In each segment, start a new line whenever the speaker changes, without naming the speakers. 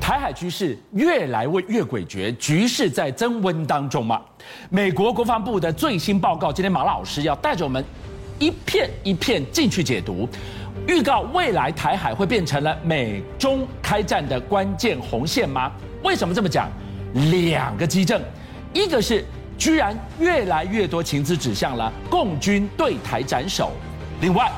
台海局势越来越诡谲，局势在增温当中嘛。美国国防部的最新报告，今天马老师要带着我们一片一片进去解读，预告未来台海会变成了美中开战的关键红线吗？为什么这么讲？两个基政，一个是居然越来越多情资指向了共军对台斩首，另外。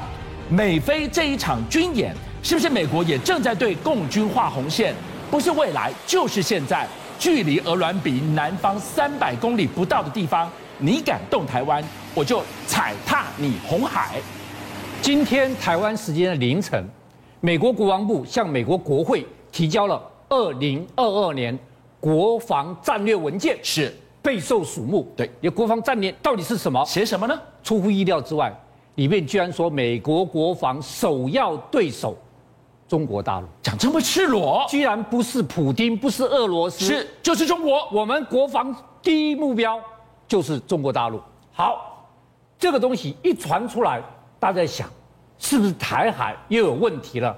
美菲这一场军演，是不是美国也正在对共军画红线？不是未来，就是现在。距离鹅銮比南方三百公里不到的地方，你敢动台湾，我就踩踏你红海。
今天台湾时间的凌晨，美国国防部向美国国会提交了二零二二年国防战略文件，
是
备受瞩目。
对，
你国防战略到底是什么？
写什么呢？
出乎意料之外，里面居然说美国国防首要对手中国大陆，
讲这么赤裸，
居然不是普京，不是俄罗斯，
是就是中国。
我们国防第一目标就是中国大陆。好，这个东西一传出来，大家想，是不是台海又有问题了？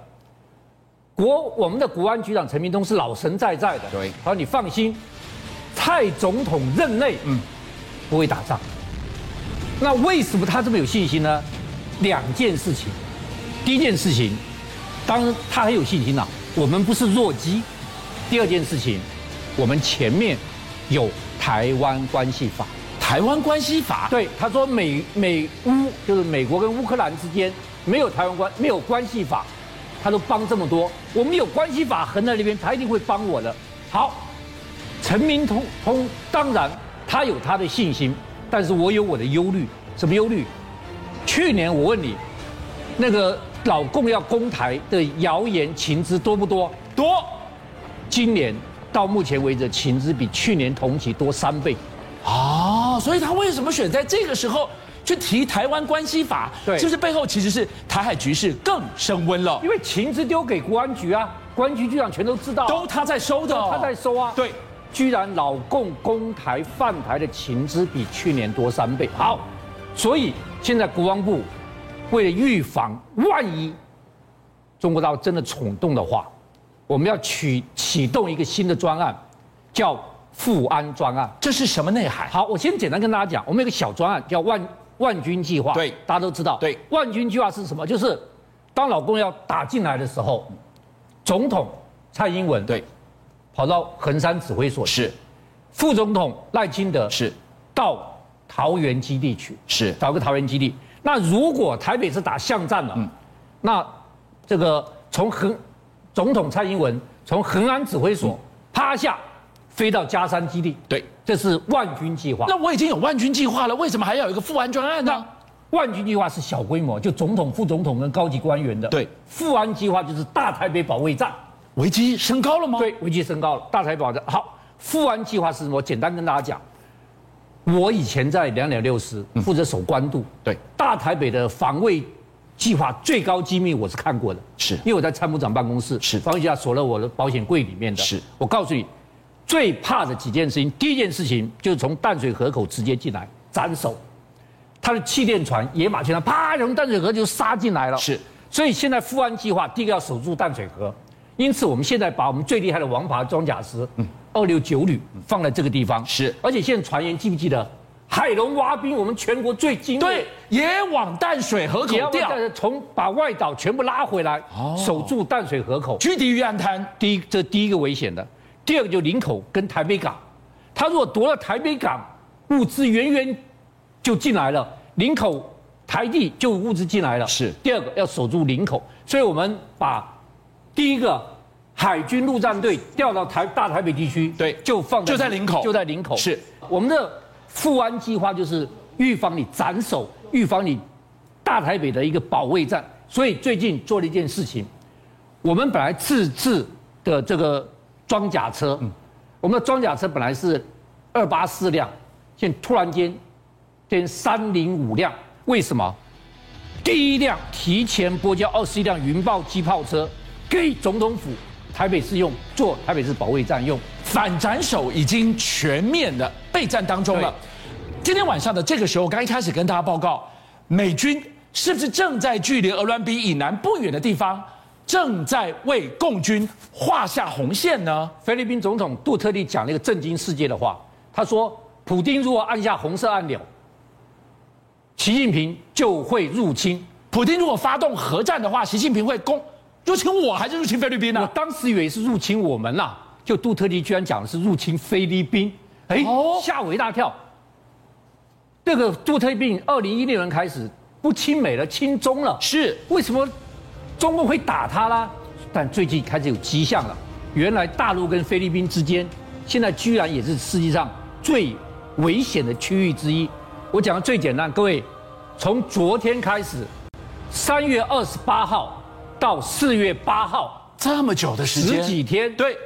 国我们的国安局长陈明通是老神在在的，
对
好，你放心，蔡总统任内，嗯，不会打仗。那为什么他这么有信心呢？两件事情，第一件事情，当然他很有信心啦、啊我们不是弱鸡。第二件事情，我们前面有台湾关系法。
台湾关系法，
对，他说美美乌就是美国跟乌克兰之间没有台湾关没有关系法，他都帮这么多，我们有关系法横在那边，他一定会帮我的。好，陈明通通当然他有他的信心，但是我有我的忧虑，什么忧虑？去年我问你，那个老共要攻台的谣言情资多不多？
多
今年到目前为止，情资比去年同期多三倍。
哦，所以他为什么选在这个时候去提台湾关系法？
对
是不是背后其实是台海局势更升温了
因？为情资丢给国安局啊，国安局局长全都知道啊、
都他在收的哦，
他在收啊。
对，
居然老共公台犯台的情资比去年多三倍。好，所以现在国防部为了预防万一中国大陆真的蠢动的话，我们要启启动一个新的专案，叫富安专案。
这是什么内涵？
好，我先简单跟大家讲，我们有个小专案叫万万军计划，
对
大家都知道。
对
万军计划是什么？就是当老公要打进来的时候，总统蔡英文
对，
跑到横山指挥所去，
是
副总统赖清德
是
到桃园基地去，
是
找个桃园基地。那如果台北是打巷战了，
嗯
那这个从横总统蔡英文从恒安指挥所趴下飞到嘉山基地，
嗯对。
这是万军计划。
那我已经有万军计划了，为什么还要有一个富安专案呢？
万军计划是小规模，就总统、副总统跟高级官员的。
对
富安计划就是大台北保卫战，
危机升高了吗？，
对，危机升高了，大台北保卫战。好，富安计划是什么？我简单跟大家讲，我以前在两两六师负责守关渡，
对，
大台北的防卫计划最高机密我是看过的，
是
因为我在参谋长办公室，
是
防卫计划锁了我的保险柜里面的。
是，
我告诉你，最怕的几件事情，第一件事情就是从淡水河口直接进来斩首，他的气垫船野马气垫，啪从淡水河就杀进来了。
是，
所以现在富安计划第一个要守住淡水河，因此我们现在把我们最厉害的王牌装甲师，二六九旅放在这个地方。
嗯是
而且现在传言记不记得？海龙挖兵，我们全国最精锐，
对，也往淡水河
也
口
要
掉，哦
把从把外岛全部拉回来，守住淡水河口。
居敌于岸滩。
第一，这第一个危险的；第二个就林口跟台北港，他如果夺了台北港，物资源源就进来了，林口台地就有物资进来了。
是
第二个要守住林口，所以我们把第一个海军陆战队调到台大台北地区，
对
就放
就在林口
就在林口。
是
我们的富安计划就是预防你斩首，预防你大台北的一个保卫战。所以最近做了一件事情，我们本来自制的这个装甲车，我们的装甲车本来是二八四辆，现在突然间变三零五辆，为什么？第一辆提前拨交二十一辆云豹机炮车给总统府台北市用，做台北市保卫战用。
反斩首已经全面的备战当中了。今天晚上的这个时候，我刚一开始跟大家报告，美军是不是正在距离俄罗比以南不远的地方正在为共军画下红线呢？
菲律宾总统杜特地讲了一个震惊世界的话，他说：“普京如果按下红色按钮，习近平就会入侵。
普京如果发动核战的话，习近平会攻入侵我还是入侵菲律宾呢、
我当时以为是入侵我们啦、啊就杜特地居然讲的是入侵菲律宾，哎
哦，
吓我一大跳。这个杜特地二零一六年开始不亲美了，亲中了，
是
为什么中共会打他啦？但最近开始有迹象了，原来大陆跟菲律宾之间，现在居然也是世界上最危险的区域之一。我讲的最简单，各位，从昨天开始，三月二十八号到四月八号，
这么久的时
十
间，
几天，
对，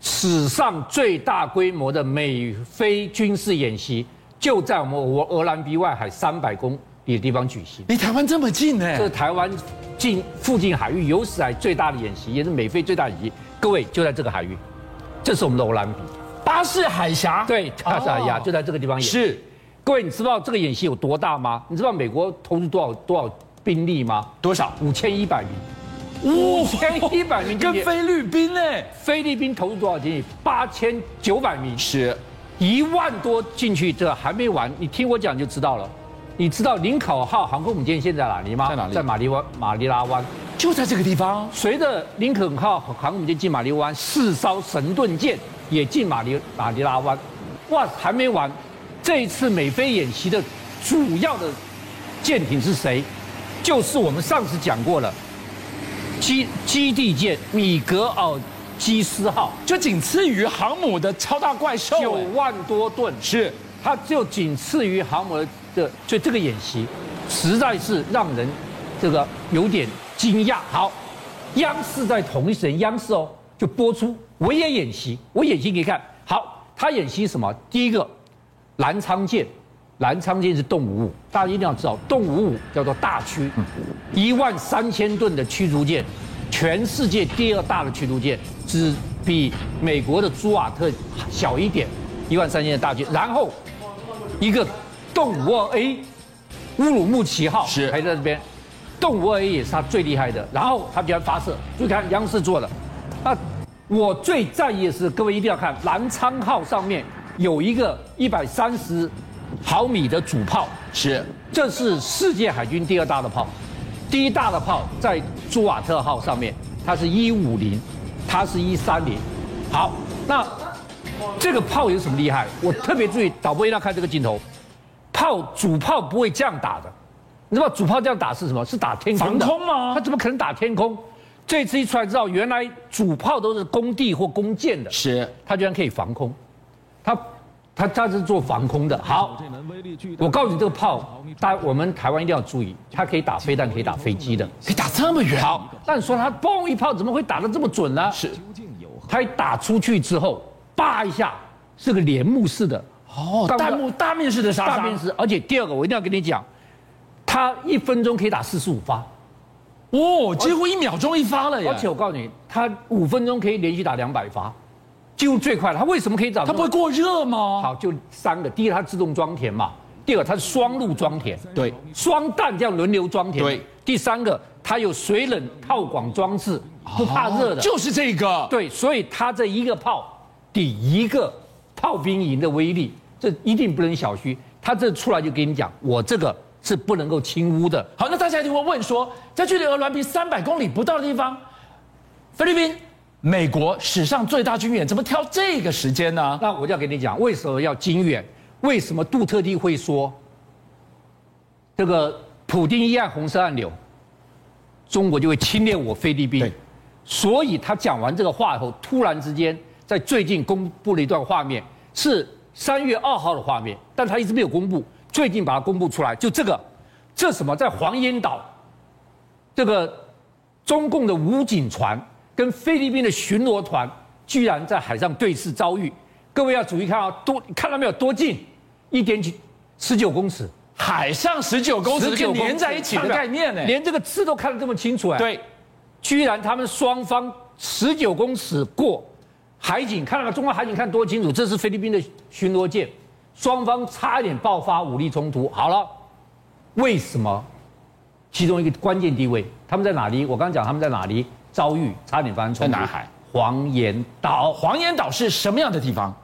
史上最大规模的美菲军事演习就在我们俄俄兰比外海三百公里的地方举行。
离台湾这么近呢、
这是台湾近附近海域有史以来最大的演习，也是美菲最大的演习。各位就在这个海域，这是我们的欧兰比，
巴士海峡，
对，塔萨亚
哦
就在这个地方演。
是
各位，你知道这个演习有多大吗？你知道美国投入多少多少兵力吗？
多少？
五千一百名，
五
5100名
跟菲律宾呢、
菲律宾投入多少兵力？八千九百名，
是
一万多进去，这还没完，你听我讲就知道了。你知道林口号航空母舰现在在哪里吗？
在哪里
在马尼湾，马尼拉湾。
就在这个地方，
随着林肯号航母舰进马尼湾，四艘神盾舰也进马尼马尼拉湾。哇，还没完！这一次美菲演习的主要的舰艇是谁？就是我们上次讲过了，基基地舰米格尔基斯号，
就仅次于航母的超大怪兽、
九
哎
万多吨，
是
它就仅次于航母的，所以这个演习实在是让人这个有点惊讶。好，央视在同一时间，央视哦就播出我也演习，我演习给你看。好，他演习什么？第一个，澜沧舰，澜沧舰是动五五，大家一定要知道，动五五叫做大驱，一万三千吨的驱逐舰，全世界第二大的驱逐舰，只比美国的朱瓦特小一点，一万三千的大军。然后一个动五二 A，乌鲁木齐号
是
还在这边，动五二 A 也是它最厉害的。然后它居然发射，注意看央视做的。那我最在意的是，各位一定要看澜沧号上面有一个一百三十毫米的主炮，
是
这是世界海军第二大的炮，第一大的炮在朱瓦特号上面，它是一五零，它是一三零。好，那这个炮有什么厉害？我特别注意，导播一定要看这个镜头，炮主炮不会这样打的，你知道主炮这样打是什么？是打天空的
防空吗
它怎么可能打天空？这次一出来知道，原来主炮都是工地或弓箭的，
是
它居然可以防空，它它它是做防空的。好。我
我告
告
诉
诉
你，这
你，这
个
个
炮
炮，
大
大我们台湾一定要注意，它可以打飞弹，可以打飞机的。
可以打这么远，
好，那你说它嘣一炮怎么会打得这么准呢？
是
它一打出去之后，叭一下是个帘幕式的
哦，
当然
大幕大面式的杀伤，
大面式，而且第二个我一定要跟你讲，它一分钟可以打四十五发，
哦，几乎一秒钟一发了耶，
而且我告诉你，它五分钟可以连续打两百发，几乎最快了。它为什么可以打？
它不会过热吗？
好，就三个，第一个它自动装填嘛，第二个它是双路装填，
对，
双弹这样轮流装填。
对，
第三个它有水冷套管装置，不怕热的。
哦就是这个，
对，所以它这一个炮抵一个炮兵营的威力，这一定不能小觑。它这出来就给你讲，我这个是不能够轻污的。
好，那大家一定会问说，在距离俄罗比三百公里不到的地方，菲律宾、美国史上最大军演，怎么挑这个时间呢？
那我就要跟你讲，为什么要精远？为什么杜特地会说这个普丁一按红色按钮，中国就会侵略我菲律宾
对？
所以他讲完这个话后，突然之间在最近公布了一段画面，是三月二号的画面，但他一直没有公布，最近把它公布出来，就这个，这什么在黄岩岛，这个中共的武警船跟菲律宾的巡逻团居然在海上对峙遭遇。各位要注意看啊，多看到没有？多近，一点几，十九公尺，
海上十九公尺跟连在一起的概念呢？
连这个字都看得这么清楚哎。，
对，
居然他们双方十九公尺过海警，看那个中国海警看多清楚，这是菲律宾的巡逻舰，双方差一点爆发武力冲突。好了，为什么？其中一个关键地位，他们在哪里？我刚刚讲他们在哪里？遭遇差点发生冲突。
在哪海？
黄岩岛。
黄岩岛是什么样的地方？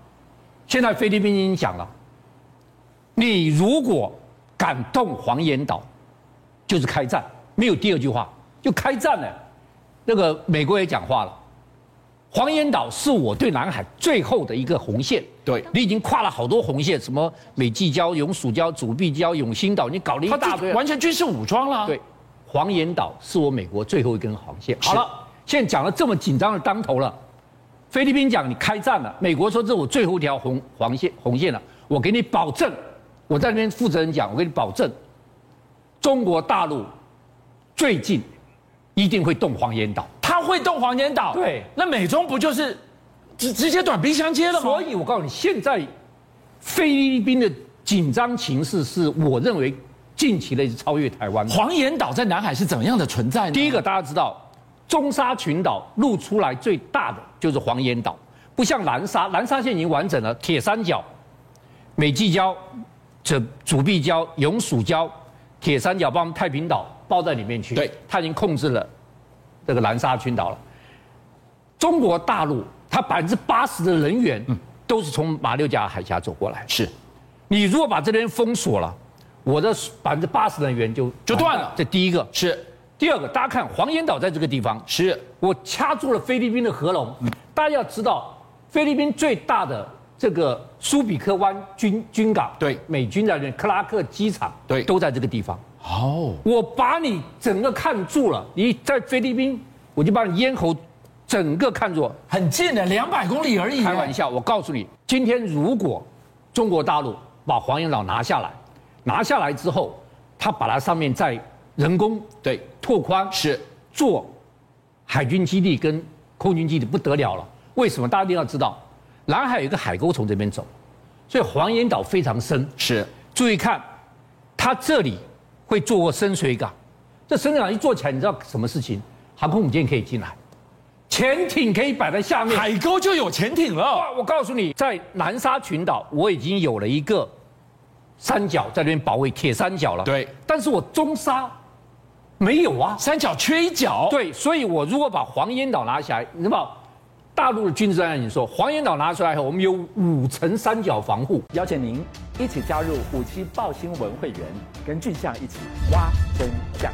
现在菲律宾已经讲了，你如果敢动黄岩岛，就是开战，没有第二句话，就开战了。那个美国也讲话了，黄岩岛是我对南海最后的一个红线。
对
你已经跨了好多红线，什么美济礁、永暑礁、主碧礁、永兴岛，你搞了一
它
大堆啊
这。完全军事武装了。
对，，黄岩岛是我美国最后一根航线。
是
好了，现在讲了这么紧张的当头了，菲律宾讲你开战了，美国说这是我最后一条红黄线红线了，我给你保证，我在那边负责人讲，我给你保证，中国大陆最近一定会动黄岩岛。
它会动黄岩岛。
对
那美中不就是直直接短兵相接了吗？
所以我告诉你，现在菲律宾的紧张情势是我认为近期的超越台湾的。
黄岩岛在南海是怎么样的存在呢？
第一个大家知道，中沙群岛露出来最大的就是黄岩岛，不像南沙，南沙现在已经完整了，铁三角、美济礁、这主碧礁、永暑礁、铁三角帮太平岛包在里面去，
对，
它已经控制了这个南沙群岛了。中国大陆它百分之八十的人员都是从马六甲海峡走过来，
嗯是
你如果把这边封锁了，我的百分之八十人员就
就断了
这第一个。
是
第二个，大家看黄岩岛在这个地方，
是，嗯
我掐住了菲律宾的合龙。大家要知道，菲律宾最大的这个苏比克湾军军港，
对
美军在那边克拉克机场，
对
都在这个地方。
哦，
我把你整个看住了，你在菲律宾，我就把你咽喉整个看住了。
很近的，两百公里而已。
开玩笑，我告诉你，今天如果中国大陆把黄岩岛拿下来，拿下来之后，他把它上面再人工
对，
拓宽，
是
做海军基地跟空军基地不得了了。为什么？大家一定要知道，南海有一个海沟从这边走，所以黄岩岛非常深。
是
注意看，它这里会做过深水港，这深水港一做起来，你知道什么事情？航空母舰可以进来，潜艇可以摆在下面。
海沟就有潜艇了。
哇我告诉你，在南沙群岛，我已经有了一个三角在那边保卫铁三角了。
对，
但是我中沙没有啊。
三角缺一角，，
对，所以我如果把黄岩岛拿下来，你知道，大陆的军事专家已经说，黄岩岛拿出来后，我们有五层三角防护。
邀请您一起加入五七报新闻会员，跟俊相一起挖真相。